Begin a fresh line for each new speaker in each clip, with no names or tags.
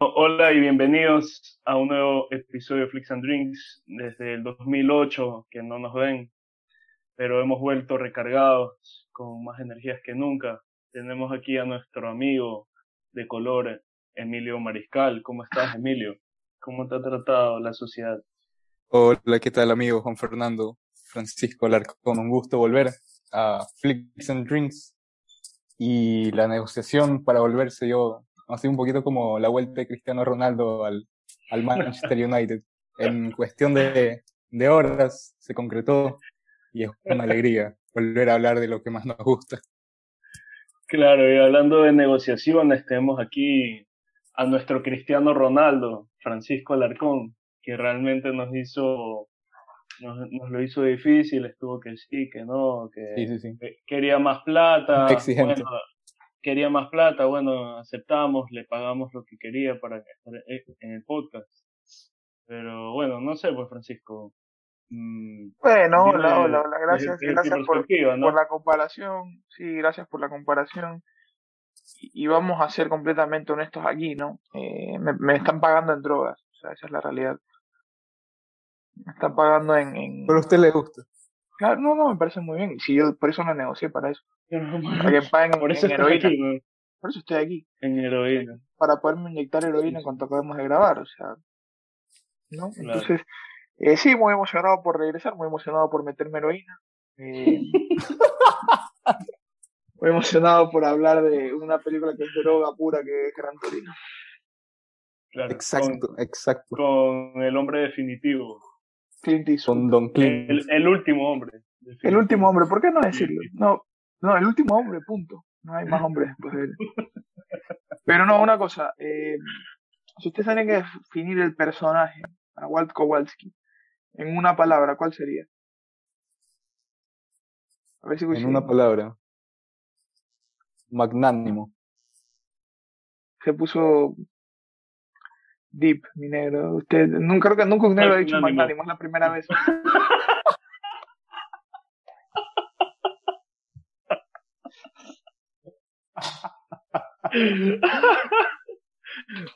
Oh, Hola y bienvenidos a un nuevo episodio de Flicks and Drinks desde el 2008, que no nos ven, pero hemos vuelto recargados con más energías que nunca. Tenemos aquí a nuestro amigo de color, Emilio Mariscal. ¿Cómo estás, Emilio? ¿Cómo te ha tratado la sociedad?
Hola, ¿qué tal, amigo Juan Fernando? Francisco Alarcón, un gusto volver a Flicks and Drinks. Y la negociación para volverse yo así un poquito como la vuelta de Cristiano Ronaldo al, al Manchester United. En cuestión de, de, horas se concretó y es una alegría volver a hablar de lo que más nos gusta.
Claro, y hablando de negociaciones, tenemos aquí a nuestro Cristiano Ronaldo, Francisco Alarcón, que realmente nos hizo, nos, nos lo hizo difícil, estuvo que sí, que no, que, sí, sí, sí. que quería más plata.
Exigente.
Bueno, quería más plata, bueno, aceptamos, le pagamos lo que quería para estar en el podcast. Pero bueno, no sé, pues Francisco. mm,
Mmm, bueno, dime, hola, hola, hola, gracias, de, de gracias por, ¿no? por, la comparación, sí, gracias por la comparación. Y, y vamos a ser completamente honestos aquí, ¿no? Eh, me, me, están pagando en drogas, o sea, esa es la realidad. Me están pagando en... en...
Pero a usted le gusta.
Claro, no, no, me parece muy bien. Si yo por eso no negocié para eso. Para que paguen por eso en heroína. Aquí, ¿no? Por eso estoy aquí.
En heroína.
Para poderme inyectar heroína en cuanto acabemos de grabar, o sea. ¿No? Claro. Entonces, eh, sí, muy emocionado por regresar, muy emocionado por meterme heroína. Eh, muy emocionado por hablar de una película que es droga pura que es Gran Torino.
Claro, exacto,
con,
exacto.
Con el hombre definitivo.
Clint Eastwood.
Don, Don Clint.
El, el, último hombre.
El último hombre, ¿por qué no decirlo? No, no, el último hombre, punto. No hay más hombres después de él. Pero no, una cosa. Eh, si ustedes tienen que definir el personaje a Walt Kowalski en una palabra, ¿cuál sería?
A ver si en una palabra. Magnánimo.
Se puso Deep, mi negro. Usted, nunca, creo que nunca un negro ha dicho magnánimo, es la primera vez.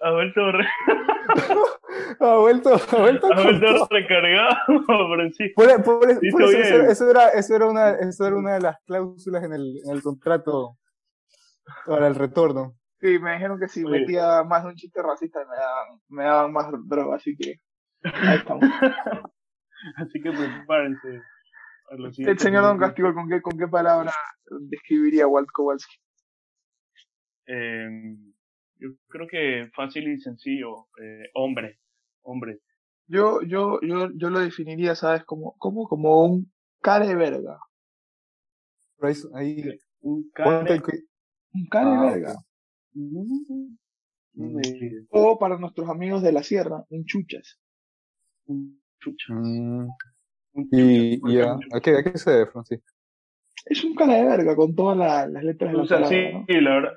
ha vuelto re...
ha vuelto ha vuelto,
ha vuelto recargado Francisco
por, por, por eso, eso, eso, era eso era una eso era una de las cláusulas en el, en el contrato para el retorno
Sí, me dijeron que si Oye. metía más de un chiste racista me daban, me daban más droga, así que ahí estamos.
así que prepárense.
El señor Don Castillo, ¿con qué, ¿con qué palabra describiría a Walt Kowalski?
Eh, yo creo que fácil y sencillo, eh, hombre, hombre.
Yo, yo, yo, yo lo definiría, ¿sabes? Como, como, como un care verga.
Pero ahí,
un care,
un care ah, verga. Okay. Mm. O para nuestros amigos de la sierra, un chuchas.
Un chuchas.
Mm. ¿Y, y a, ¿a, qué, a, qué, se debe, Francisco?
Es un cara de verga con todas la, las letras
o sea,
de la
sí,
¿no?
sí, la verdad,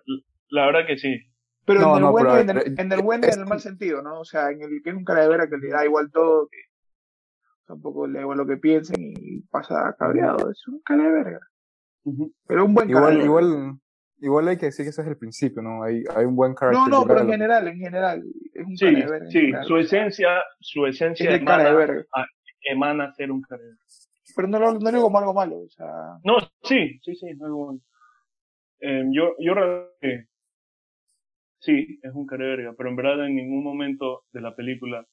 la verdad que sí.
Pero no, en, el no, bueno, pero... En, el, en el buen y en el mal sentido, ¿no? O sea, en el que es un cara de verga que le da igual todo, que tampoco le da igual lo que piensen y pasa cabreado. Es un cara de verga. Uh -huh. Pero un buen cara
igual,
de verga.
Igual, Igual hay que decir que ese es el principio, ¿no? Hay, hay un buen carácter.
No, no, pero en general, en general. Es un
sí,
cara de verga,
sí.
General.
Su esencia, su esencia
es
emana,
cara de verga.
A, emana ser un cara de verga.
Pero no lo, no lo digo como algo malo, o sea...
No, sí, sí, sí, no es bueno. Eh, yo, yo realmente... Sí, es un cara de verga, pero en verdad en ningún momento de la película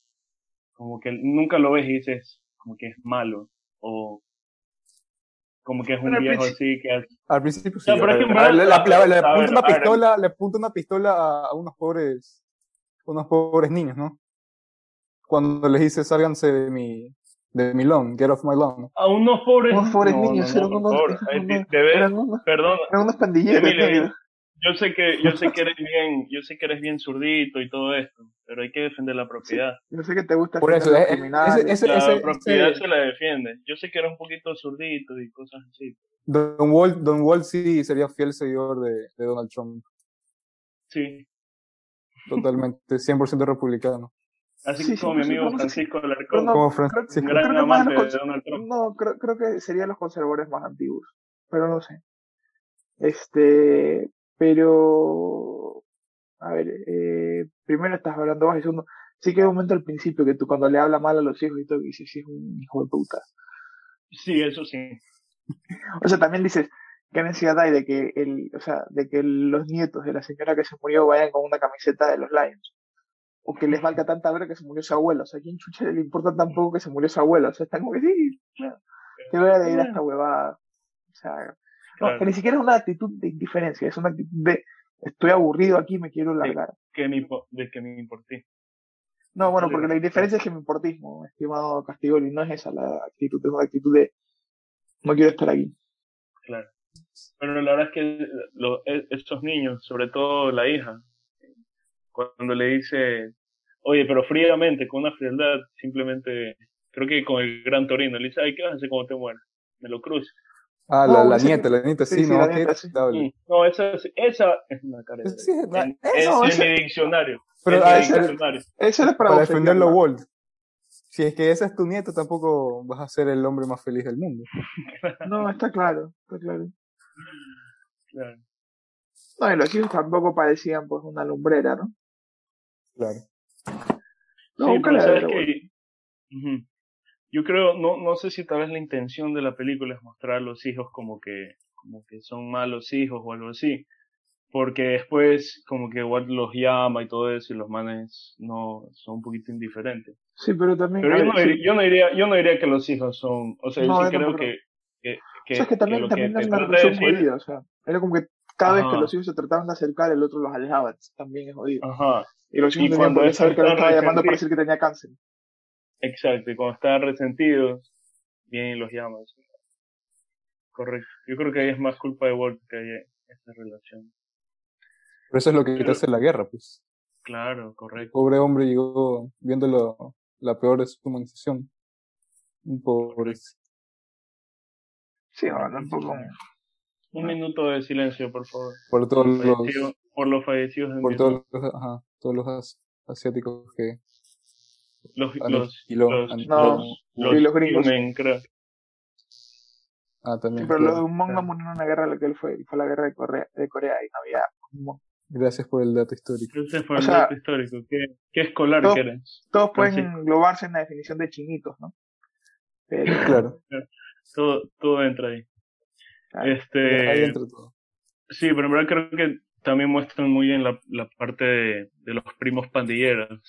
como que nunca lo ves y dices como que es malo o como que es un viejo así que
al principio sí. le apunta una pistola a, unos pobres unos pobres niños no cuando les dice sálganse de mi de mi lawn get off my lawn
a unos pobres
unos pobres niños
no, no, no, unos, perdón
eran unos pandilleros
yo sé que yo sé que eres bien yo sé que eres bien zurdito y todo esto pero hay que defender la propiedad
sí, yo sé que te gusta
por eso eh,
es,
ese, ese,
la
ese,
propiedad se la defiende yo sé que eres un poquito zurdito y cosas así
Don Walt Don Walt sí sería fiel seguidor de, de Donald Trump
sí
totalmente 100% republicano
Así sí, pues, como sí, mi amigo Francisco Alarcón,
no, como Francisco,
gran creo amante de Donald Trump.
No, creo, creo que serían los conservadores más antiguos, pero no sé. Este, pero a ver, eh, primero estás hablando bajo y segundo, sí que hay un momento al principio que tú cuando le hablas mal a los hijos y todo, dices, sí, es un hijo de puta.
Sí, eso sí.
o sea, también dices, ¿qué necesidad hay de que el, o sea, de que los nietos de la señora que se murió vayan con una camiseta de los Lions? O que les valga tanta ver que se murió su abuela. O sea, ¿a quién chucha le importa tampoco que se murió su abuela? O sea, están como que sí, no, te voy a ir a esta huevada. O sea, no, claro. que ni siquiera es una actitud de indiferencia, es una actitud de estoy aburrido aquí, me quiero largar.
De que me, de que me importé.
No, bueno, porque la diferencia es que mi importismo, estimado Castigoli, no es esa la actitud, es una actitud de no quiero estar aquí.
Claro. Pero la verdad es que los, estos niños, sobre todo la hija, cuando le dice, oye, pero fríamente, con una frialdad, simplemente, creo que con el gran Torino, le dice, ay, ¿qué vas a hacer cuando te mueras? Me lo cruces.
Ah, no, la, la nieta, la nieta, sí, Mm. sí no,
nieta, sí. Mm, no, esa, esa es una cara. De... Sí, no, en, eso, es, eso. mi diccionario.
Pero
ah,
ese, ese era para, para defenderlo, Walt. Si es que esa es tu nieta, tampoco vas a ser el hombre más feliz del mundo.
no, está claro, está claro. Claro. No, y los hijos tampoco parecían pues una lumbrera, ¿no?
Claro.
No, sí, pero sabes que... Uh -huh. Yo creo, no, no sé si tal vez la intención de la película es mostrar a los hijos como que, como que son malos hijos o algo así porque después como que Walt los llama y todo eso y los manes no son un poquito indiferentes.
Sí, pero también
pero yo, ver, no diría, sí. yo, no diría, yo no diría que los hijos son, o sea, no, yo sí no, creo que que, que,
o sea, es que también, que también es una relación decir... jodida, o sea, era como que cada Ajá. vez que los hijos se trataban de acercar, el otro los alejaba, también es jodido.
Ajá.
Y los hijos y tenían por saber que lo estaba llamando para decir que tenía cáncer.
Exacto, y cuando estaban resentidos, bien y los llaman. ¿sí? Correcto. Yo creo que ahí es más culpa de Walt que hay esa relación.
Pero eso es lo que te hace la guerra, pues.
Claro, correcto.
Pobre hombre llegó viendo la peor deshumanización. Un pobre.
Sí,
Ah,
ahora tampoco.
Un minuto de silencio, por favor.
Por
por
todos los.
Fallecido, por los fallecidos. En
por todos los, ajá, todos los asiáticos que.
Los, los, los, los,
los, gringos.
Ah, también.
pero los de un manga murieron en una guerra, lo que él fue, fue la guerra de Corea, de Corea y no había
Gracias por el dato histórico.
Gracias por o el sea, dato histórico. Qué, qué escolar
todos,
que eres.
Todos pueden Francisco. englobarse en la definición de chinitos, ¿no?
Pero... Claro.
todo, todo entra ahí. Claro. Este,
ahí entra todo.
Sí, pero en verdad creo que también muestran muy bien la, la parte de, de, los primos pandilleros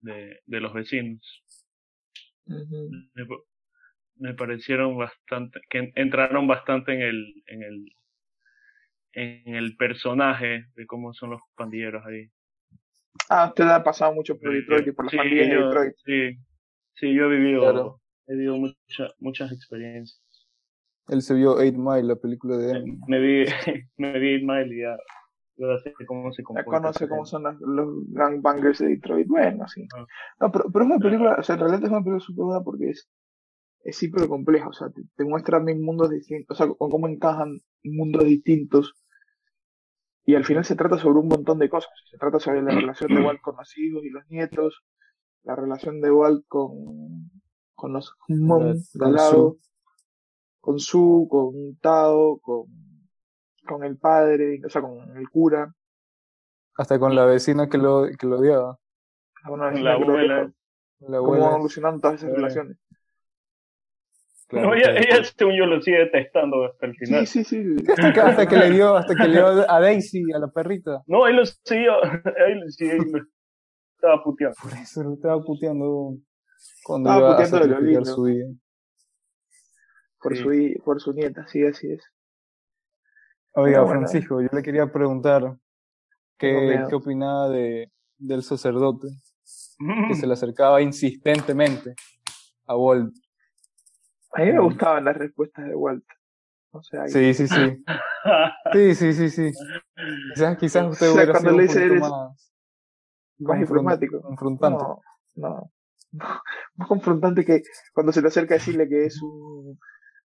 de, de los vecinos. Uh -huh. me, me, parecieron bastante, que entraron bastante en el, en el en el personaje de cómo son los pandilleros ahí.
Ah, usted ha pasado mucho por Detroit y por las
sí,
pandillas
yo,
de Detroit.
Sí, sí, yo he vivido, claro. he vivido mucha, muchas experiencias.
Él se vio Eight Mile, la película de él.
Me vi, me vi Eight Mile y ya, ya sé cómo se
comporta. Ya conoce cómo son los, los gangbangers de Detroit. Bueno, sí. Ah. No, pero, pero es una película, o sea, en realidad es una película súper buena porque es es sí, pero compleja, o sea, te, te muestra bien mundos distintos, o sea, con cómo encajan mundos distintos y al final se trata sobre un montón de cosas. Se trata sobre la relación de Walt con los hijos y los nietos, la relación de Walt con, con los mom de al lado, con su, con Tao, con, con el padre, o sea, con el cura.
Hasta con la vecina que lo, que lo odiaba.
Con la vecina que abuela. Lo la abuela. Cómo van evolucionando todas esas relaciones.
Claro, no, ella, claro. ella, según yo, lo sigue detestando hasta el final.
Sí, sí, sí.
Hasta que, hasta que le dio, hasta que le dio a Daisy, a la perrita.
No, él lo siguió. Él lo siguió. Estaba puteando.
Por eso lo estaba puteando cuando
estaba
iba
puteando
a sacrificar
su
vida.
Por, sí. su, por su nieta, sí, así es.
Oiga, Pero Francisco, bueno. yo le quería preguntar qué, qué opinaba de, del sacerdote mm. que se le acercaba insistentemente a Walt.
A mí me gustaban las respuestas de Walt. O sea,
sí, sí, sí.
Ah,
Sí, sí, sí, sí. Quizás, quizás usted hubiera
o sea,
sido
le dice
un
más, más informático.
Confrontante.
No, no, no, Más confrontante que cuando se le acerca a decirle que es un,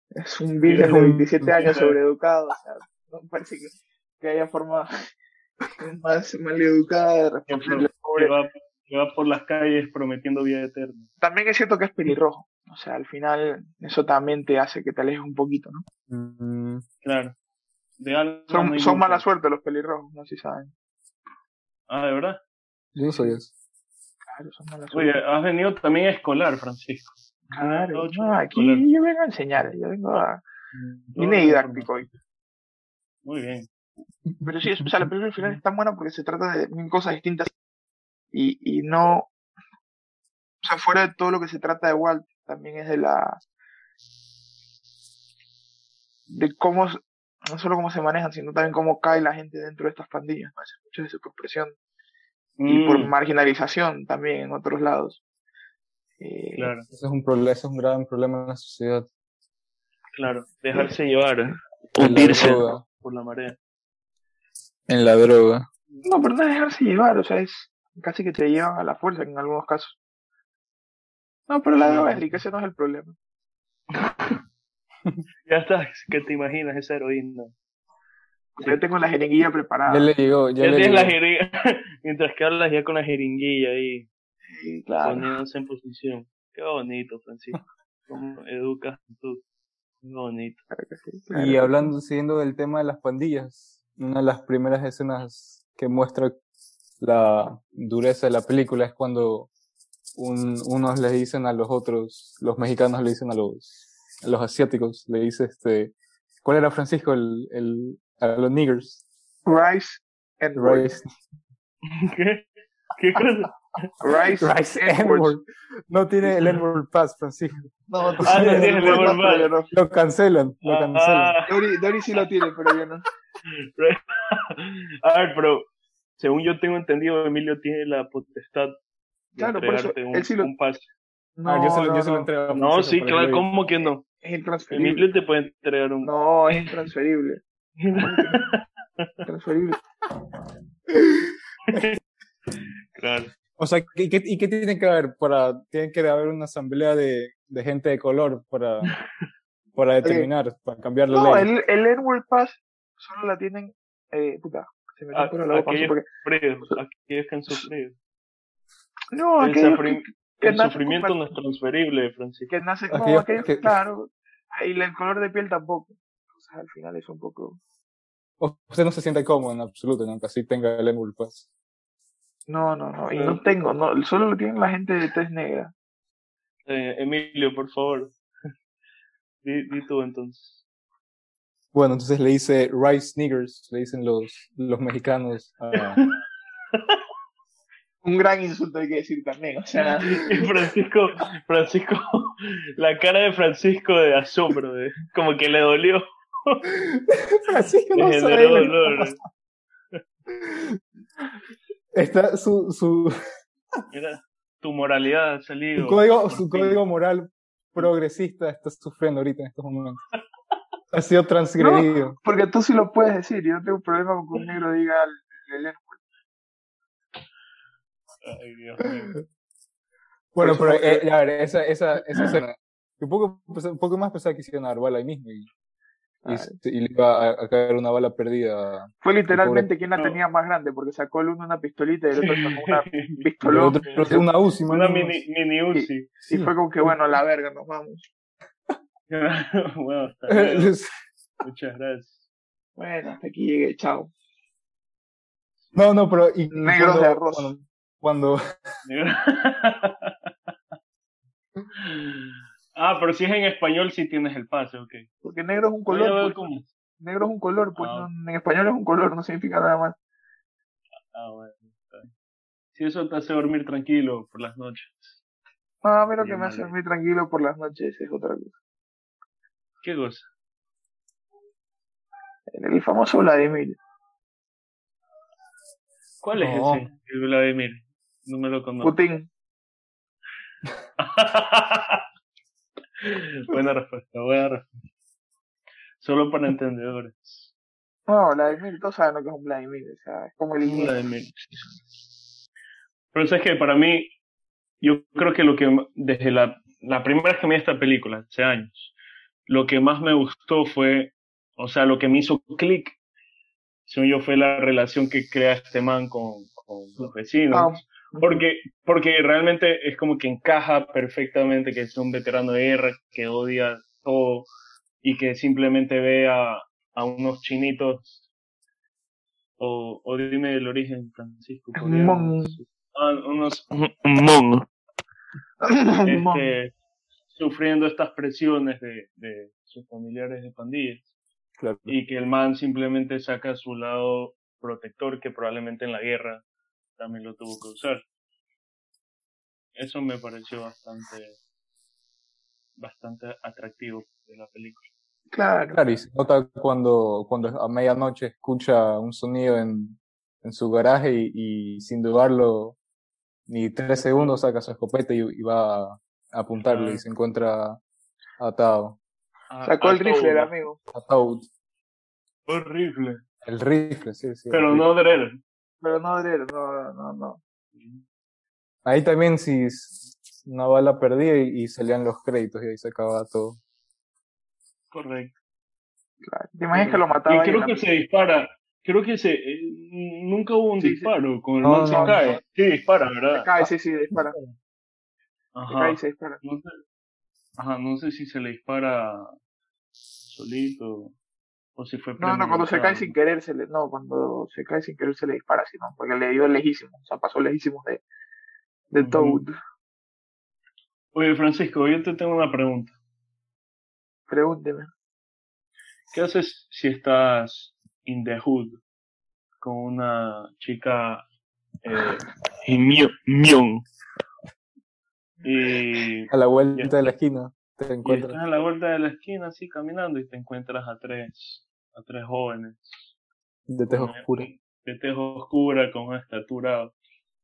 es un virgen de 27 años sobreeducado. O sea, no parece que, que haya forma más maleducada de responderle.
Que va, que va por las calles prometiendo vida eterna.
También es cierto que es pelirrojo. O sea, al final eso también te hace que te alejes un poquito, ¿no?
Mm, claro. De algo
son, son mala suerte los pelirrojos, no sé si saben.
Ah, ¿de verdad?
Yo no soy eso.
Claro, Oye, has venido también a escolar, Francisco.
Claro, no, aquí escolar. yo vengo a enseñar, yo vengo a...
Mm.
Vine didáctico hoy.
Muy bien.
Pero sí,
Mm.
o sea, la película al final es tan buena porque se trata de mil cosas distintas y, y no... O sea, fuera de todo lo que se trata de Walt, también es de la... de cómo no solo cómo se manejan, sino también cómo cae la gente dentro de estas pandillas, ¿no? muchas veces por presión mm. y por marginalización también en otros lados.
Eh, claro, eso es, un problema, eso es un gran problema en la sociedad.
Claro, dejarse sí. llevar, ¿eh? hundirse por, por la marea.
En la droga.
No, pero no dejarse llevar, o sea, es casi que te llevan a la fuerza en algunos casos. No, pero la droga es rica, ese no es el problema.
ya está, que te imaginas esa heroína.
Sí. Yo tengo la jeringuilla preparada.
Ya le digo, ya,
ya
le
tienes la jeringuilla. Mientras que hablas ya con la jeringuilla ahí.
Sí, claro.
Poniéndose en posición. Qué bonito, Francisco. Cómo educas tú. Qué bonito.
Claro sí, claro. Y hablando, siguiendo del tema de las pandillas, una de las primeras escenas que muestra la dureza de la película es cuando un, unos le dicen a los otros, los mexicanos le dicen a los los asiáticos, le dice este, ¿cuál era Francisco? El, el, a los niggers.
Rice and
Rice.
¿Qué? ¿Qué cosa?
Rice,
Rice and word. No tiene el N-word pass, Francisco.
No, no ah, tiene el N-word pass.
No. Lo cancelan, lo cancelan.
Ah. Dori, Dori sí lo tiene, pero yo no.
a ver, pero según yo tengo entendido, Emilio tiene la potestad de
claro, por eso,
un,
él sí lo...
un pass.
No, ah, yo se lo, no, yo se lo entrego. A
no, sí, claro, ¿cómo que no?
Es intransferible.
Emilio te puede entregar un.
No, es intransferible. intransferible.
claro.
O sea, ¿y qué, ¿y qué tiene que haber para. Tiene que haber una asamblea de, de gente de color para. Para determinar, okay. para cambiar la
no,
ley.
No, el, el World Pass solo la tienen. Eh, puta, se
Ah,
me está por la
boca. Aquellos que han sufrido.
No, aquellos
que el sufrimiento con... no es transferible, Francisco.
Que nace como aquello, aquello que... claro. Y el color de piel tampoco. O sea, al final es un poco.
O usted no se siente cómodo en absoluto, nunca así tenga el emul pues.
No, no, no. Y no tengo, no, solo lo tienen la gente de tez negra.
Eh, Emilio, por favor. di, di, tú entonces.
Bueno, entonces le dice rice niggers, le dicen los, los mexicanos. a...
un gran insulto hay que decir también, o sea...
Francisco, Francisco, la cara de Francisco de asombro, de, como que le dolió.
Francisco no sabe dolor. Está su... su...
Mira, tu moralidad ha salido.
Su código, su código moral progresista está sufriendo ahorita en estos momentos. Ha sido transgredido. No,
porque tú sí lo puedes decir, yo no tengo problema con que un negro diga el, el
Ay, Dios mío.
Bueno, pero eh, a ver, esa, esa, esa escena. Un poco, pues, un poco más pensaba que hicieron una bala ahí mismo y,
Ah,
y, y, le iba a, a, caer una bala perdida.
Fue literalmente quien la tenía más grande, porque sacó el uno una pistolita y el otro sacó una pistola.
otro, otro, una UCI,
Una mini, mini UCI.
Y, sí. y, fue como que, bueno, la verga, nos vamos.
bueno, hasta luego. Muchas gracias.
Bueno, hasta aquí llegué, chao.
No, no, pero. Y,
Negros de arroz.
Bueno, cuando.
ah, pero si es en español sí tienes el pase, ok.
Porque negro es un color. No, pues, cómo. Negro es un color, pues ah, no, en español es un color, no significa nada más.
Ah, bueno. Si eso te hace dormir tranquilo por las noches.
No, a mí lo que me madre. hace dormir tranquilo por las noches es otra cosa.
¿Qué cosa?
El famoso Vladimir.
¿Cuál no. es ese? El Vladimir. No me lo conozco.
Putin.
buena respuesta, buena respuesta. Solo para entendedores.
No, Vladimir, todos saben lo que es un Vladimir, o sea, es como el
Vladimir. Pero sabes que para mí, yo creo que lo que desde la, la primera vez que vi esta película, hace años, lo que más me gustó fue, o sea, lo que me hizo clic, según yo, fue la relación que crea este man con, con los vecinos.
Ah,
Oh. Porque, porque realmente es como que encaja perfectamente que es un veterano de guerra, que odia todo y que simplemente ve a, a unos chinitos, O, o dime el origen, Francisco.
Mon.
Ah, unos mon.
Mon.
Este, sufriendo estas presiones de, de sus familiares de pandillas.
Claro.
Y que el man simplemente saca su lado protector que probablemente en la guerra también lo tuvo que usar. Eso me pareció bastante bastante atractivo de la película.
Claro.
Claro, y se nota cuando, cuando a medianoche escucha un sonido en, en su garaje y, y sin dudarlo, ni tres segundos saca su escopeta y, y va a apuntarle y se encuentra atado.
A-
Sacó el
ataúd,
rifle el amigo.
Ataúd.
Horrible.
El rifle, sí, sí.
Pero no Drell.
Pero no, Adriel, no, no, no.
Ahí también si s- una bala perdida y, y salían los créditos y ahí se acababa todo.
Correcto.
Claro. ¿Te imaginas que lo mataba?
Y
ahí en
creo
la-
que se dispara. Creo que se. eh, nunca hubo un
Sí, sí.
disparo. Con el
No,
man se
no,
cae.
no.
Sí, dispara,
Se
¿verdad?
cae, sí, sí, dispara. Se
Ajá.
cae y se dispara.
No sé. Ajá, no sé si se le dispara solito o si fue
No, no, cuando se cae sin querer, se le, no, cuando se cae sin querer se le dispara, sino porque le dio lejísimo, o sea, pasó lejísimos de, de
Ujú.
Toad.
Oye, Francisco, yo te tengo una pregunta.
Pregúnteme.
¿Qué haces si estás in the hood con una chica eh, y mio- mion? Y, y
A la vuelta de la esquina te
estás
encuentras.
a la vuelta de la esquina así caminando y te encuentras a tres, a tres jóvenes
De tez
con-
oscura.
de tez oscura con una estatura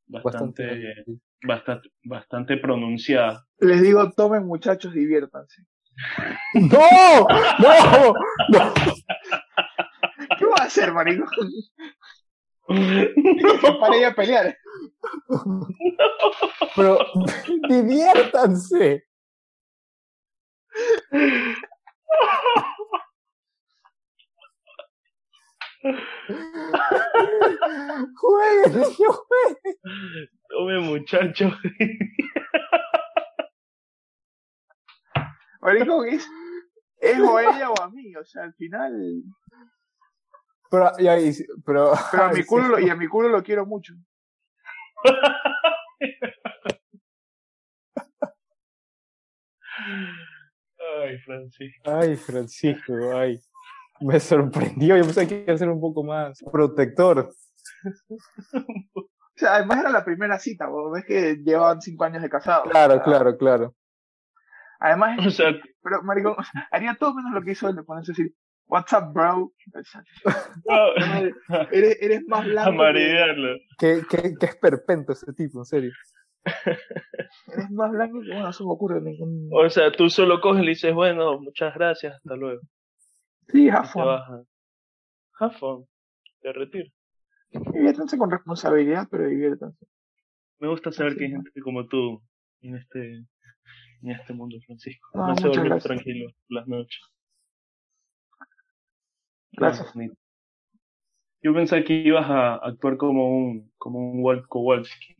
Bastante.
bastante, bastante, bastante pronunciada.
Les digo, tomen muchachos, diviértanse.
¡No! ¡No! ¡No!
¿Qué va a hacer, marico? Para ir a pelear.
Pero diviértanse. Jueguen, yo jueguen.
Tome muchacho.
Marico, es, es o a ella o a mí, o sea, al final.
Pero, y ahí sí- pero,
Pero a mi
sí.
culo, lo- y a mi culo lo quiero mucho.
Ay, Francisco.
Ay, Francisco, ay. Me sorprendió. Yo pensé que iba a ser un poco más protector.
O sea, además era la primera cita, vos ves que llevaban cinco años de casado. O
Claro,
sea,
claro, claro.
Además,
O sea,
Pero, marico, haría todo menos lo que hizo él de ponerse a decir, what's up, bro?
no,
Eres, eres más blanco que,
amarillarlo.
Qué, qué, qué esperpento ese tipo, en serio.
eres más blanco que, bueno, eso me ocurre. Ningún...
O sea, tú solo coges y le dices, bueno, muchas gracias, hasta luego.
Sí,
Y te
Jafón.
bajan. Jafón, te retiro.
Diviértanse con responsabilidad, pero diviértanse.
Me gusta saber que hay
Sí.
gente como tú en este, en este mundo, Francisco.
No,
No, se
muchas
dormir
gracias.
tranquilo las noches.
Gracias.
Bonito. Yo pensé que ibas a actuar como un, como un Walt Kowalski.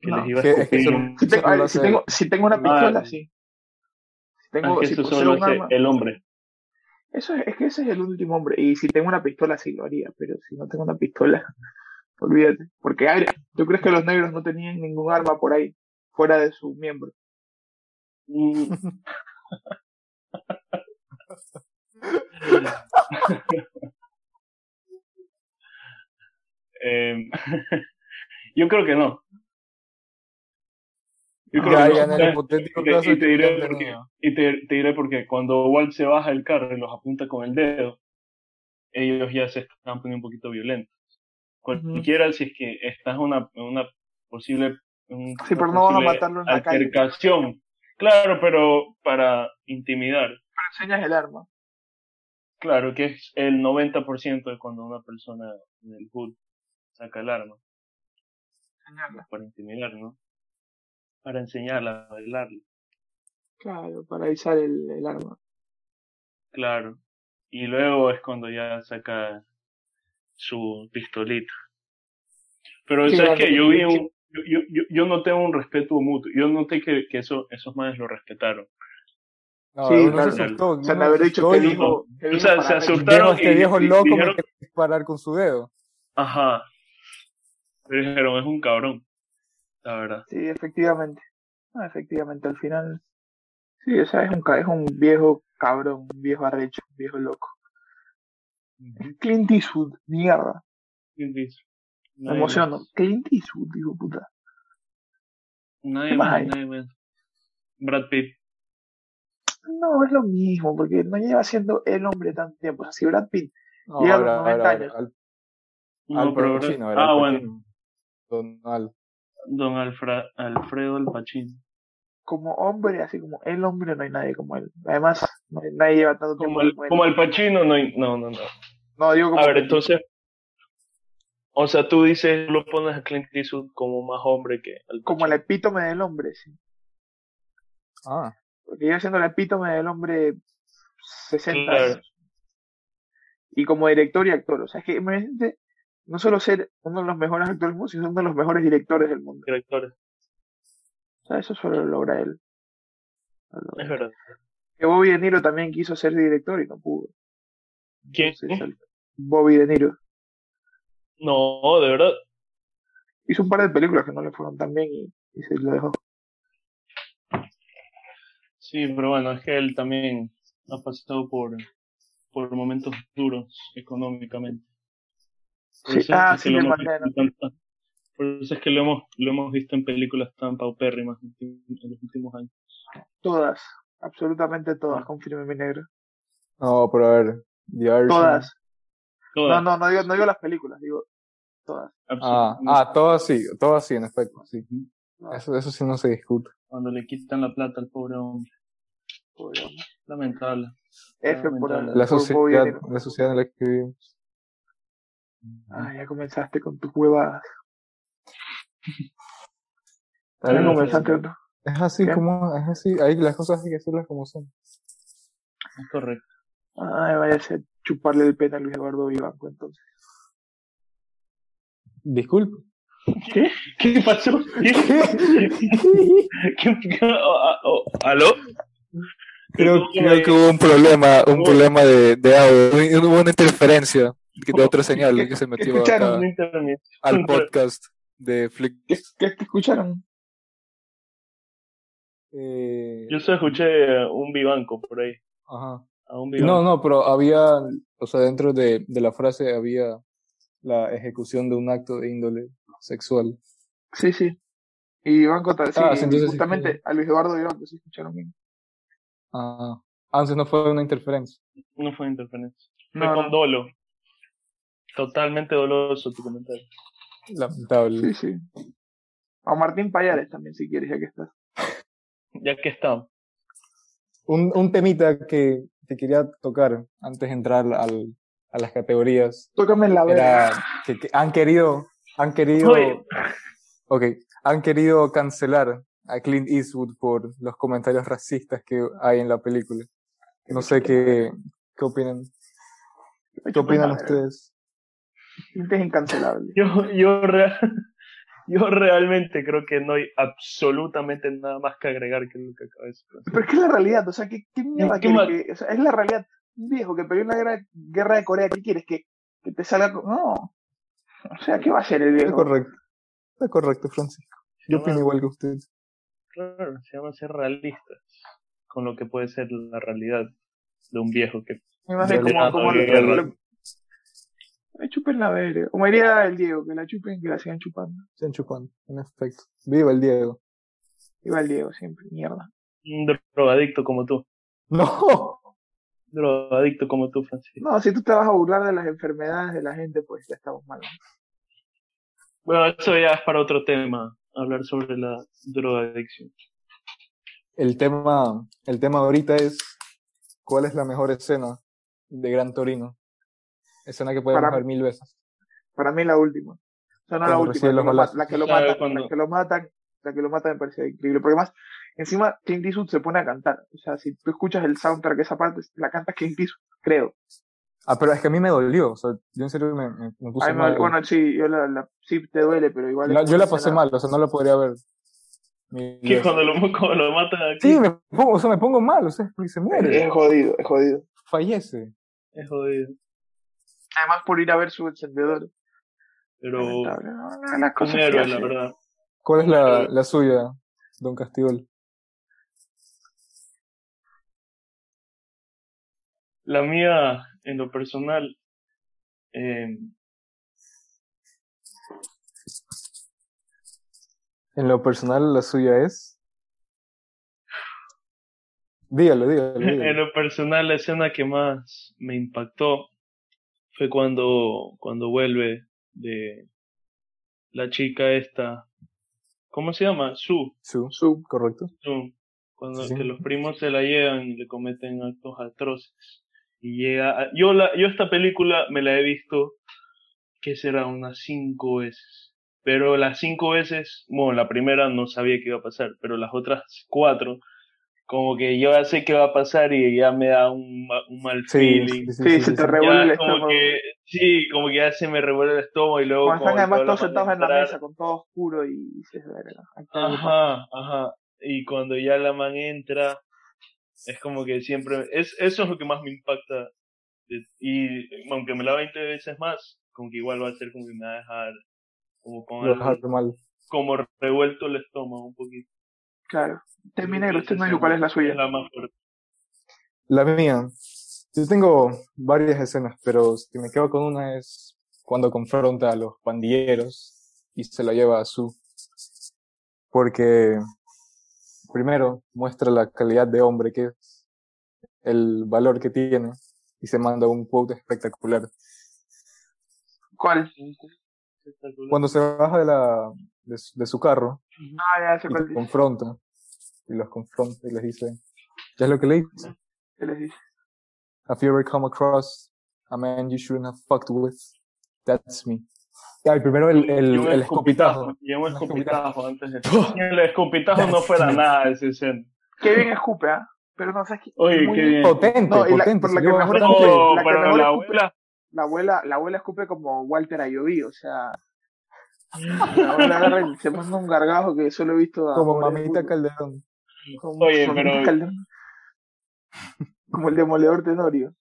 Que
No.
les ibas a
Que- es que
escupir
eso-
un-
Si, tengo-
Solo
ay, si
hace-
tengo, si tengo una
Ah.
pistola, sí. Si
Ah,
tengo,
que
si
eso
poseo
solo
un
hace
arma,
el hombre.
eso es, es que ese es el último hombre. Y si tengo una pistola, sí lo haría, pero si no tengo una pistola, olvídate. Porque, ay, ¿tú crees que los negros no tenían ningún arma por ahí, fuera de su miembro?
Mm. Em, yo creo que no. Yo creo
Ya,
que
ya
no.
en el hipotético
Y te-
caso
y te diré
que-
por qué. Y te, te diré porque cuando Walt se baja del carro y los apunta con el dedo, ellos ya se están poniendo un poquito violentos. Cualquiera, si es que estás en una, en una posible. un-
Sí, pero
una
no van a
posible
matarlo en la calle.
Altercación. Claro, pero para intimidar.
enseñas el arma.
Claro, que es el 90% de cuando una persona en el hood saca el arma.
Enseñarla.
Para intimidar, ¿no? Para enseñarla a bailarla.
Claro, para avisar el, el arma.
Claro. Y luego es cuando ya saca su pistolita. Pero
Sí,
¿sabes
vale.
qué? Yo vi un- yo, yo- yo- yo noté un respeto mutuo. Yo noté que, que eso, esos madres lo respetaron.
No, sí, uno claro. se asustó.
O sea, de haber dicho que dijo.
o sea, se asustaron.
este viejo loco dijeron, me quiere disparar con su dedo.
Ajá. Pero dijeron, es un cabrón. La verdad.
Sí, efectivamente. Ah, efectivamente, al final. Sí, o sea, es un, es un viejo cabrón, un viejo arrecho, un viejo loco. Clint Eastwood, mierda.
Clint Eastwood.
Me emociono. Clint Eastwood, digo puta.
Nadie más, nadie más. Brad Pitt.
No, es lo mismo, porque no lleva siendo el hombre tanto tiempo. O sea, si Brad Pitt no, llega ahora, a los 90 ahora, años. Al,
no, al pero Pacino,
ah, Pacino. bueno.
Don, al.
Don Alfra, Alfredo Alpachino.
Como hombre, así como el hombre, no hay nadie como él. Además, no hay, nadie lleva tanto
como
tiempo.
El, como, como el Pachino, no hay. No, no, no.
No, digo como.
A ver, entonces. O sea, tú dices, lo pones a Clint Eastwood como más hombre que. Al
como el epítome del hombre, sí.
Ah
porque yo siendo el epítome del hombre 60 años. Claro. Y como director y actor, o sea, es que imagínate no solo ser uno de los mejores actores del mundo, sino uno de los mejores directores del mundo.
Directores.
O sea, eso solo lo logra él.
Lo logra. Es verdad.
Que Bobby De Niro también quiso ser director y no pudo.
¿Quién?
Entonces, Bobby De Niro.
No, de verdad.
Hizo un par de películas que no le fueron tan bien y, y se lo dejó.
Sí, pero bueno, es que él también ha pasado por, por momentos duros económicamente.
Por eso, sí. ah, es sí,
que visto, por eso es que lo hemos, lo hemos visto en películas tan paupérrimas en, en los últimos años.
Todas, absolutamente todas, confirme mi negro.
No, pero a ver,
Irishman, todas. todas. No, no, no digo, no digo las películas, digo todas.
Ah, ah, todas sí, todas sí, en efecto, sí. Eso, eso sí no se discute.
Cuando le quitan la plata al pobre hombre.
Pobre hombre.
Lamentable.
F Lamentable.
Por la, sociedad, la sociedad en la que vivimos.
Ah, ya comenzaste con tus huevadas.
Ah,
ya comenzaste con...
Es así ¿Qué? como, es así, hay las cosas hay que hacerlas como son.
Es correcto.
Ay, vaya a ser chuparle el pene a Luis Eduardo Vivanco entonces.
Disculpe.
¿Qué? ¿Qué pasó? ¿Qué? ¿Qué? ¿Qué? ¿Qué? Oh, oh, ¿Aló?
Creo, creo, que hubo un problema, un problema de, de audio, hubo una interferencia de otra señal que se metió acá, al podcast de Flick.
¿Qué, escucharon?
Eh...
Yo solo escuché un vivanco por ahí.
Ajá.
A un
no, no, pero había, o sea, dentro de, de la frase había la ejecución de un acto de índole sexual.
Sí, sí. Y Banco tal, ah, sí, entonces justamente sí. a Luis Eduardo Vivanco sí escucharon bien.
Ah, antes no fue una interferencia.
No fue una interferencia. Fue no, con no. dolo. Totalmente doloso tu comentario.
Lamentable.
Sí, sí. A Martín Payares también, si quieres, ya que estás.
ya que estamos.
Un, un temita que te quería tocar antes de entrar al, a las categorías.
Tócame la
Era que, que han querido han querido okay, han querido cancelar a Clint Eastwood por los comentarios racistas que hay en la película no sé qué qué opinan qué opinan ustedes
Clint es incancelable
yo yo real, yo realmente creo que no hay absolutamente nada más que agregar que lo que acaba de decir.
Pero es que es la realidad, o sea, ¿qué, qué mierda ¿Qué que, o sea, es la realidad. Un viejo que peleó una guerra, guerra de Corea, ¿qué quieres? ¿Que, que te salga con... No, o sea, ¿qué va a ser el viejo?
Está correcto. Está correcto, Francisco. Yo opino igual que usted.
Claro, se llama ser realistas con lo que puede ser la realidad de un viejo que.
Me hace como, como lo, lo, lo, Me chupen la verga. O me diría el Diego, que la chupen, que la sigan chupando.
Sigan chupando, en efecto. Viva el Diego.
Viva el Diego siempre, mierda.
Un drogadicto como tú.
No.
Drogadicto como tú, Francisco.
No, si tú te vas a burlar de las enfermedades de la gente, pues ya estamos mal.
Bueno, eso ya es para otro tema, hablar sobre la drogadicción.
El tema, el tema ahorita es cuál es la mejor escena de Gran Torino. Escena que podemos
para,
ver mil veces.
Para mí la última. O sea, no la última,
los
la, la, que lo matan, cuando... la que lo matan, la que lo matan me parece increíble. Porque más, encima Clint Eastwood se pone a cantar. O sea, si tú escuchas el soundtrack de esa parte, la canta Clint Eastwood, creo.
Ah, pero es que a mí me dolió. O sea, yo en serio me, me, me puse
Ay,
mal.
Bueno, sí, yo la, la, sí te duele, pero igual.
La, yo la pasé mal, o sea, no la podría ver.
Que cuando lo, cuando lo matan aquí.
Sí, me pongo, o sea, me pongo mal, o sea, es porque se muere.
Es jodido, es jodido.
Fallece.
Es jodido.
Además por ir a ver su encendedor.
Pero. La, un héroe, la verdad.
¿Cuál es la, la suya, don Castiol?
La mía, en lo personal, eh,
En lo personal, la suya es. Dígalo, dígalo. dígalo.
en lo personal, la escena que más me impactó fue cuando, cuando vuelve de la chica esta. ¿Cómo se llama? Su.
Su, Su. correcto.
Su. Cuando sí. que los primos se la llevan y le cometen actos atroces. Y llega. A... Yo, la, yo esta película me la he visto, que será unas cinco veces pero las cinco veces, bueno, la primera no sabía que iba a pasar, pero las otras cuatro, como que yo ya sé que va a pasar y ya me da un, un mal
sí,
feeling.
Sí, sí, sí se te revuelve el
estómago.
Que,
sí, como que ya se me revuelve el estómago y luego...
Cuando están además todos sentados en la mesa, con todo oscuro y, y se
Ajá, ajá. Y cuando ya la man entra, es como que siempre... Es, eso es lo que más me impacta. Y aunque me la 20 veces más, como que igual va a ser como que me va a dejar como con
algo, mal.
como revuelto el estómago un poquito.
Claro. Termina usted no dijo cuál es la suya.
La más fuerte.
La mía. Yo tengo varias escenas, pero si me quedo con una es cuando confronta a los pandilleros y se la lleva a su. Porque primero muestra la calidad de hombre que es, el valor que tiene y se manda un quote espectacular.
¿Cuál?
Cuando se baja de la de, de su carro,
ah, ya, se
y los confronta y los confronta y les dice, ¿ya es lo que le dice?
¿Qué les dice?
Have you ever come across a man you shouldn't have fucked with? That's me. Ay, primero el, el,
Llevo
el escopitajo.
Llevo escopitajo antes de... El escopitajo no fue la nada ese escena.
Qué bien escupe, ¿ah? ¿eh? Pero no o sé sea,
Oye, qué bien.
Potente, no,
y la,
potente.
Por la que mejor
no,
escupe,
no,
la que
pero
mejor
la
escupe-
abuela...
la abuela, la abuela escupe como Walter Ayoví, o sea. La abuela agarra y se manda un gargajo que solo he visto a.
Como mamita Calderón.
como
Oye,
mamita
pero-
Calderón. Como el demoledor Tenorio.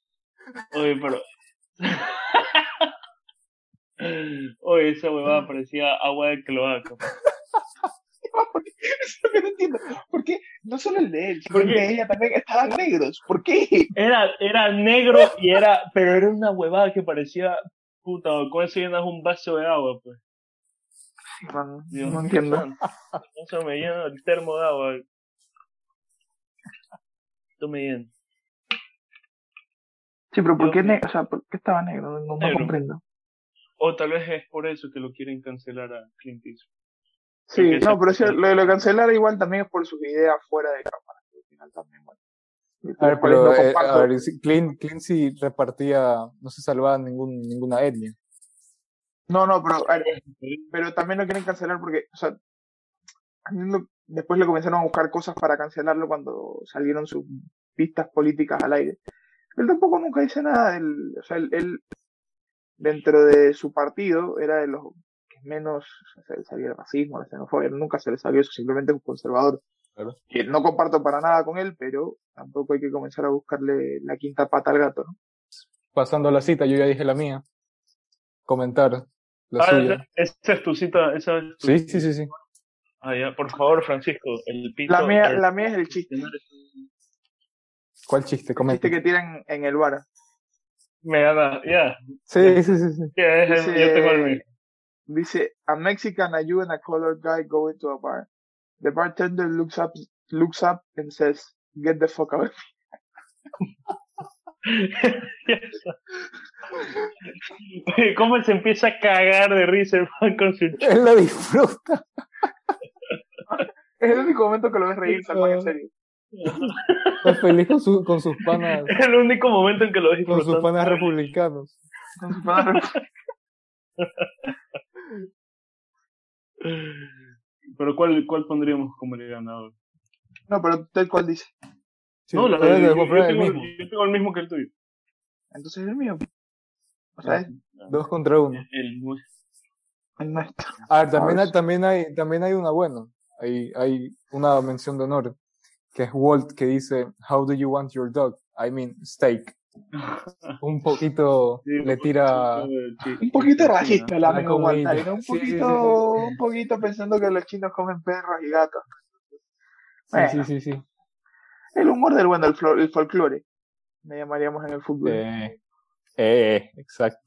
Oye, pero. Oye, esa
Ah.
huevada parecía agua de cloaca.
Es lo que no entiendo. ¿Por qué? No solo el de él, sino
¿Por qué?
el de ella también estaban negros. ¿Por qué?
Era, era negro y era. Pero era una huevada que parecía. Puta, con eso llenas un vaso de agua, pues.
No,
Dios
no entiendo.
santo. Eso me llena el termo de agua. Tú me llenas.
Sí, pero ¿por
Dios
qué,
mío.
ne- o sea, ¿por qué estaba negro? No, no
Negro.
comprendo.
O tal vez es por eso que lo quieren cancelar a Clint Eastwood. Creo
Sí,
que
no,
esa-
pero sí, lo de lo cancelar igual también es por sus ideas fuera de cámara. que Al final también, bueno.
A ver,
Los cuales
pero,
no
eh, a
comparto.
ver, sí, Clint, Clint sí repartía, no se salvaba ningún, ninguna etnia.
No, no, pero, a ver, pero también lo quieren cancelar porque, o sea, a mí lo- después le comenzaron a buscar cosas para cancelarlo cuando salieron sus pistas políticas al aire. Él tampoco nunca dice nada, del- o sea, él, él, dentro de su partido era de los que menos o sea, se le salió el racismo, la xenofobia, nunca se le salió eso, simplemente es un conservador.
Claro.
Que no comparto para nada con él, pero tampoco hay que comenzar a buscarle la quinta pata al gato, ¿no?
Pasando la cita, yo ya dije la mía. Comentar la
Ah,
suya.
esa, esa es tu cita, esa es tu-
Sí, sí, sí, sí.
Ah, ya, por favor, Francisco, el pito.
La mía, la mía es el chiste,
¿Cuál chiste?
el
Comenta.
chiste que tiran en el bar.
Me gana, ya.
Sí, sí, sí, sí.
ya, es-
Dice-
yo tengo el mío.
Dice, a Mexican, a you and a colored guy go into a bar. The bartender looks up, looks up and says, get the fuck out.
Oye, ¿Cómo se empieza a cagar de risa el man con su ch-
Él la disfruta.
Es el único momento que lo ves reír, Salman, en serio.
Está feliz con, su- con sus panas,
Es el único momento en que lo
con sus
disfrutan.
panas republicanos.
Con su palabra.
Pero ¿cuál, cuál pondríamos como el ganador?
No, pero tal cual dice.
Sí,
no, la
él
yo,
dejó
yo
fuera el
tengo,
mismo.
yo tengo el mismo que el tuyo.
Entonces es el mío. O sea, es
Dos contra uno.
El,
el nuestro.
Ah, también
A
hay,
ver.
también hay, también hay una buena. hay, hay una mención de honor, que es Walt que dice, How do you want your dog? I mean, steak. un poquito
Sí,
le tira...
Un poquito racista el
la
amigo
comida.
Guantánamo, un
Sí, sí, sí,
poquito,
sí.
un poquito pensando que los chinos comen perros y gatos.
Sí, sí, sí, sí.
El humor del bueno, el, flo- el folclore, me llamaríamos en el fútbol.
Eh, eh, exacto.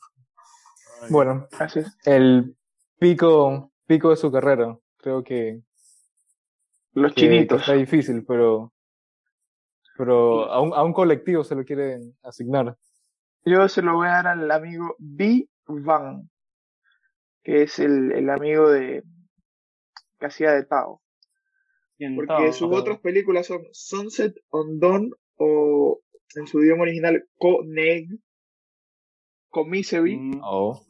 Bueno,
Así es.
el pico, pico de su carrera, creo que
Los
que- que
chinitos.
está difícil, pero, pero a, un, a un colectivo se lo quieren asignar.
Yo se lo voy a dar al amigo B. Van, que es el, el amigo de que hacía de Tao. Porque sus otras películas son Sunset on Dawn o en su idioma original Coneg, Comisery,
Oh.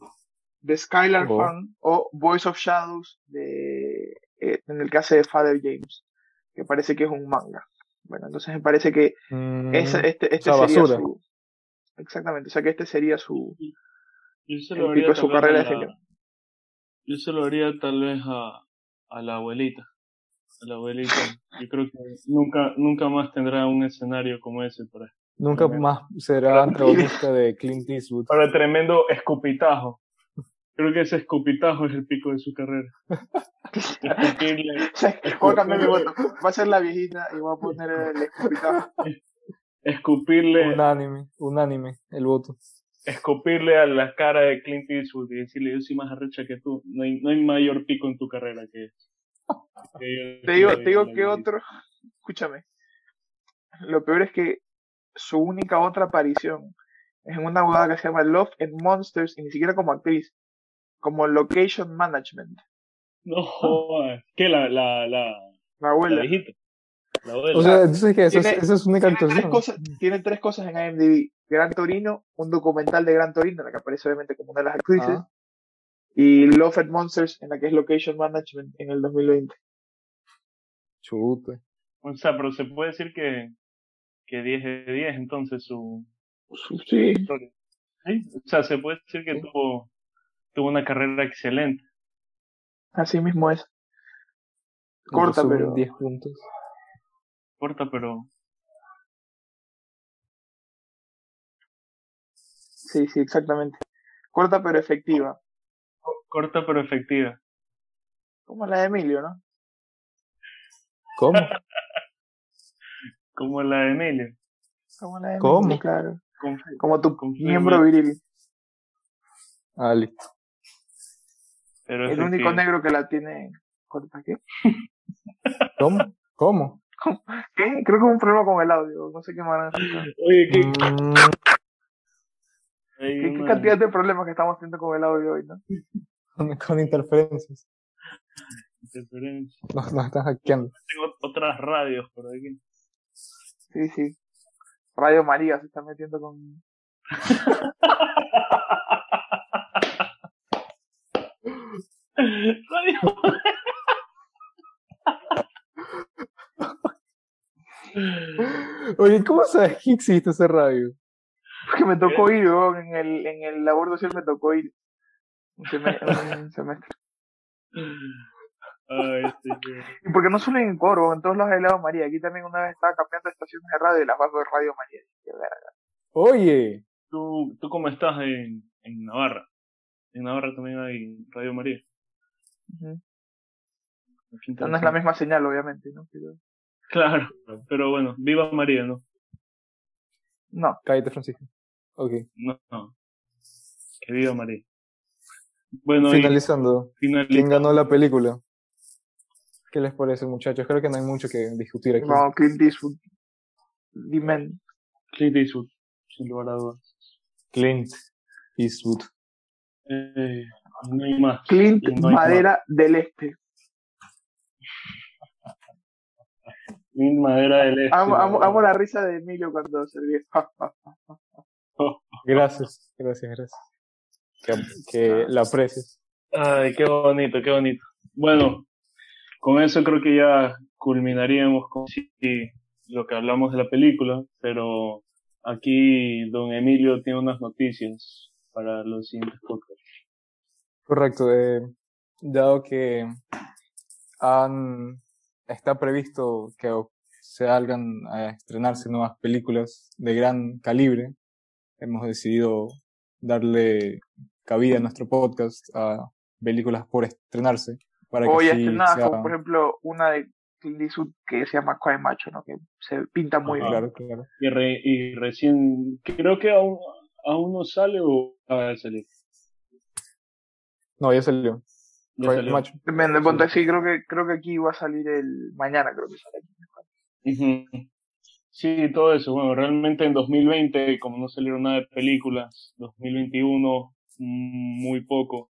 The Skylar
Oh.
Fan o Voice of Shadows de, eh, en el caso de Father James, que parece que es un manga. Bueno, entonces me parece que
Mm,
esa- este, este
o sea,
sería
basura.
su... Exactamente, o sea que este sería su...
Yo se
el
lo daría
pico de su
tal vez
carrera
a
es el
la- Yo se lo daría tal vez a, a la abuelita. A la abuelita. Yo creo que nunca, nunca más tendrá un escenario como ese para,
Nunca
Bueno.
más será protagonista de Clint Eastwood.
para tremendo escupitajo. Creo que ese escupitajo es el pico de su carrera. Escupirle,
Voy a cambiar mi voto. Va a ser la viejita y voy a poner el escupitajo.
escupirle,
Unánime, unánime el voto.
escupirle a la cara de Clint Eastwood y decirle yo soy más arrecha que tú. No hay, no hay mayor pico en tu carrera que ese. Que yo-
Te digo,
que
te digo
la
que
abuelita.
otro. Escúchame. Lo peor es que su única otra aparición es en una abogada que se llama Love and Monsters y ni siquiera como actriz, como Location Management.
No jodas. ¿Qué? La, la, la,
La
la
abuela.
viejita. La abuela.
O sea, entonces que esa es,
Tiene-
esa es única
Tiene tres,
actuación.
cosas, tiene tres cosas en IMDb. Gran Torino, un documental de Gran Torino, en la que aparece obviamente como una de las actrices,
Ah,
y Love and Monsters, en la que es Location Management en el 2020.
chute.
O sea, pero se puede decir que, que 10 de 10 entonces su
Sí,
historia. ¿Sí? O sea, se puede decir que
Sí.
tuvo, tuvo una carrera excelente.
así mismo es. Corta,
Entonces,
pero-
10 puntos.
Corta, pero
Sí, sí, exactamente. Corta pero efectiva.
corta pero efectiva.
Como la de Emilio, ¿no?
¿Cómo?
Como la de Emilio.
Como la de
¿Cómo?
Emilio, claro.
Con-
Como tu
Confirmo.
miembro viril.
Ah, listo.
Pero
El
efectiva.
único negro que la tiene corta. ¿Qué?
¿Cómo? ¿Cómo?
¿Qué? Creo que es un problema con el audio. No sé qué manera.
Oye, ¿qué,
Mm,
hay
¿Qué, qué
una-
cantidad de problemas que estamos teniendo con el audio hoy, no?
con, con interferencias.
interferencia?
Nos, nos están hackeando.
Tengo otras radios por aquí.
Sí, sí. Radio María se está metiendo con...
Radio.
Oye, ¿cómo sabes que existe ese radio?
Porque me tocó ir, weón, en el, en el labor social me tocó ir. Un seme- un semestre.
Ay, este, señor.
Y porque no solo en Coro, en todos lados de Radio María. Aquí también una vez estaba cambiando estaciones de radio y las bajo de Radio María. Qué verga.
Oye,
¿Tú, ¿Tú cómo estás en, en Navarra? En Navarra también hay Radio María.
Ujú.
Qué
No es la
interesante.
misma señal, obviamente, ¿no? Pero-
Claro, pero bueno, viva María, ¿no?
No,
cállate, Francisco. Ok,
No, no. Que viva María. Bueno,
finalizando.
y finaliz-
¿Quién ganó la película? ¿Qué les parece, muchachos? Creo que no hay mucho que discutir aquí.
no, Clint Eastwood. Dime,
Clint Eastwood, sin lugar a dudas.
Clint Eastwood.
Eh, no hay más.
Clint
Y no hay
Madera del Este.
Clint Madera del Este.
Amo, amo- amo la risa de Emilio cuando se ríe. Ja, ja.
Gracias, gracias, gracias. Que,
Ah.
que la aprecies.
Ay, qué bonito, qué bonito. Bueno, con eso creo que ya culminaríamos con sí, lo que hablamos de la película, pero aquí don Emilio tiene unas noticias para los siguientes podcasts.
Correcto. eh, dado que han está previsto que se hagan a estrenarse nuevas películas de gran calibre. Hemos decidido darle cabida a nuestro podcast a películas por estrenarse. Para
Hoy
que así
estrenadas,
sea-
como por ejemplo una de Clint Eastwood que se llama Cry Macho, ¿no? que se pinta muy
Ajá.
bien.
Claro, claro.
Y, re- y recién, creo que aún, aún no sale o acaba de salir.
No, ya salió.
Ya
Fue
salió.
macho.
Me- me ponte así, creo que, creo que aquí va a salir el mañana, creo que sale.
Ujú. Sí, todo eso. Bueno, realmente en 2020, como no salieron nada de películas, 2021 mm, muy poco.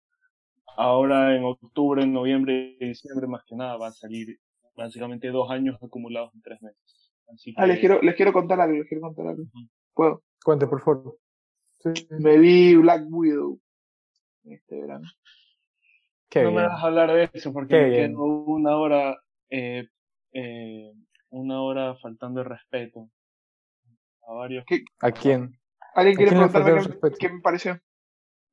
Ahora en octubre, en noviembre y diciembre más que nada va a salir básicamente dos años acumulados en tres meses. Así que
Ah, les quiero, les quiero contar algo, les quiero contar algo. ¿Puedo?
Cuente, por favor. Sí.
Me vi Black Widow este verano.
Qué
no me
bien.
vas a hablar de eso porque
Qué
me
bien.
quedo una hora, eh, eh, una hora faltando el respeto a varios,
¿A quién?
¿Alguien
¿A
quiere
quién le faltó
preguntarme
el
qué,
respeto?
qué me pareció?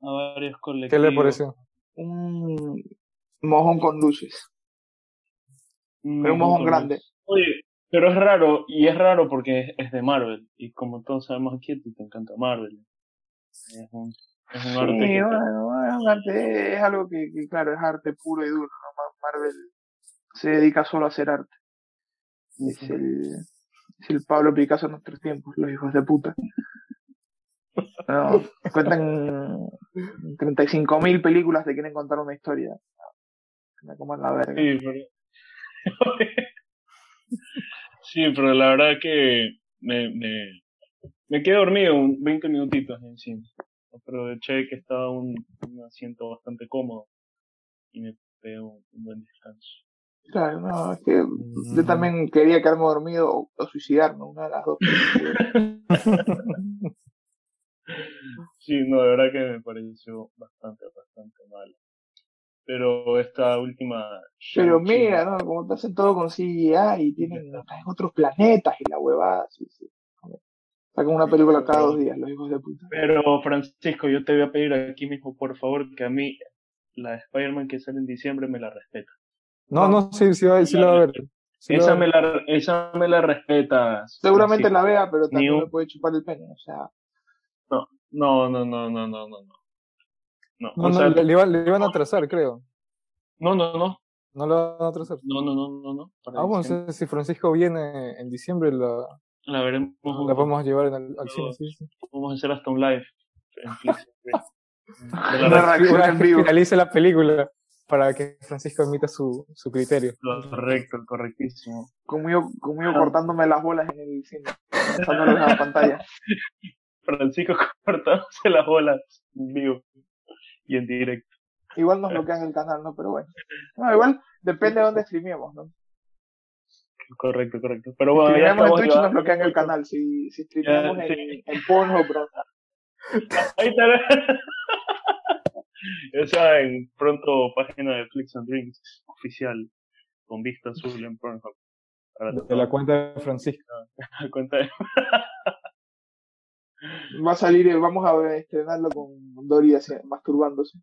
a varios colectivos.
¿Qué le pareció?
Un mojón con luces.
Mm,
Pero un mojón
Mojón con
grande.
Oye, pero es raro, y es raro porque es, es de Marvel, y como todos sabemos aquí, a ti te encanta Marvel. Es un, es un arte que
Sí,
te-
bueno, es un arte, es algo que, que, claro, es arte puro y duro. ¿no? Mar- Marvel se dedica solo a hacer arte. Es el, es el Pablo Picasso de nuestros tiempos, los hijos de puta. No, cuentan 35.000 películas, te quieren contar una historia. Me coman la verga.
Sí, pero... sí, pero la verdad que me, me, me quedé dormido un 20 minutitos en cine. Aproveché que estaba un, un asiento bastante cómodo y me pegué un, un buen descanso.
Claro, no, es que yo también quería quedarme dormido o, o suicidarme, una de las dos.
Sí, no, de verdad que me pareció bastante, bastante mal. Pero esta última.
Pero
Shang-Chi,
mira, ¿no? Como te hacen todo con CGI y tienen están en otros planetas y la huevada, sí, sí. Sacan una película cada dos días, los hijos de puta.
Pero Francisco, yo te voy a pedir aquí mismo, por favor, que a mí la de Spider-Man que sale en diciembre me la respeta.
No, no, sí, sí, va- sí la va a ver. Sí la va
Esa
a ver.
me la, esa me la respetas.
Seguramente
Francisco.
la vea, pero también
Ni un-
le puede chupar el pene, o sea,
No, no, no, no, no, no, no. No,
No,
o
no,
sea,
le, le iban- le iban a atrasar, creo.
no, no, no,
No la van a atrasar.
no, no, no, no, no. para
Ah, bueno,
diciembre.
entonces, si Francisco viene en diciembre, la,
La veremos,
la vamos a llevar en el- al cine. Sí, sí.
vamos a hacer hasta un live. en Flix. Me la
Una reacción
Una vez
en
que
vivo.
finalice la película para que Francisco emita su, su criterio.
Correcto, correctísimo.
conmigo, conmigo
Ah.
cortándome las bolas en el cine, lanzándolas a la pantalla.
Francisco cortándose las bolas en vivo y en directo.
Igual nos bloquean el canal, ¿no? Pero bueno. No, igual depende de dónde streameemos, ¿no?
Correcto, correcto. Pero
Si
bueno, ya
streameamos en
estamos
Twitch nos
llevando-
bloquean el canal, si, si streameamos
Ya,
en,
sí.
en Pornhub, bro.
Ahí está. la- ya saben, pronto página de Flix and Drinks oficial con vista azul en Pornhub. Para
De la cuenta de Francisco.
la cuenta de-
Va a salir, eh, vamos a estrenarlo con Dory hacia- masturbándose.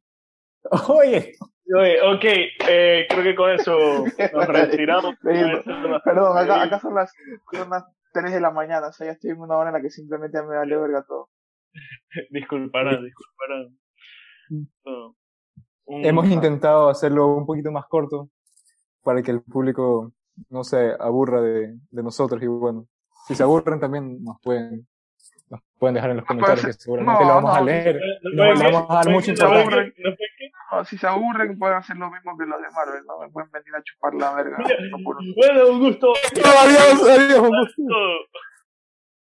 Oye,
Oye, ok, eh, creo que con eso nos retiramos.
Eh, Perdón, acá, acá son las, son las 3 de la mañana, o sea, ya estoy en una hora en la que simplemente me vale verga todo.
Disculparán, disculparán. No. Un-
hemos intentado hacerlo un poquito más corto para que el público no se aburra de, de nosotros. Y bueno, si se aburren también nos pueden, nos pueden dejar en los comentarios que seguramente
Ah, no,
lo vamos a
no,
leer.
No,
No,
puede
le
que-
vamos a dar
puede
mucha
que- no puede
importancia.
que- no puede que-
No, Oh, si se aburren pueden hacer lo mismo que los de Marvel, ¿no? Me pueden venir a chupar la verga. No, por-
Bueno, un gusto.
Adiós, adiós, un gusto.
Todo.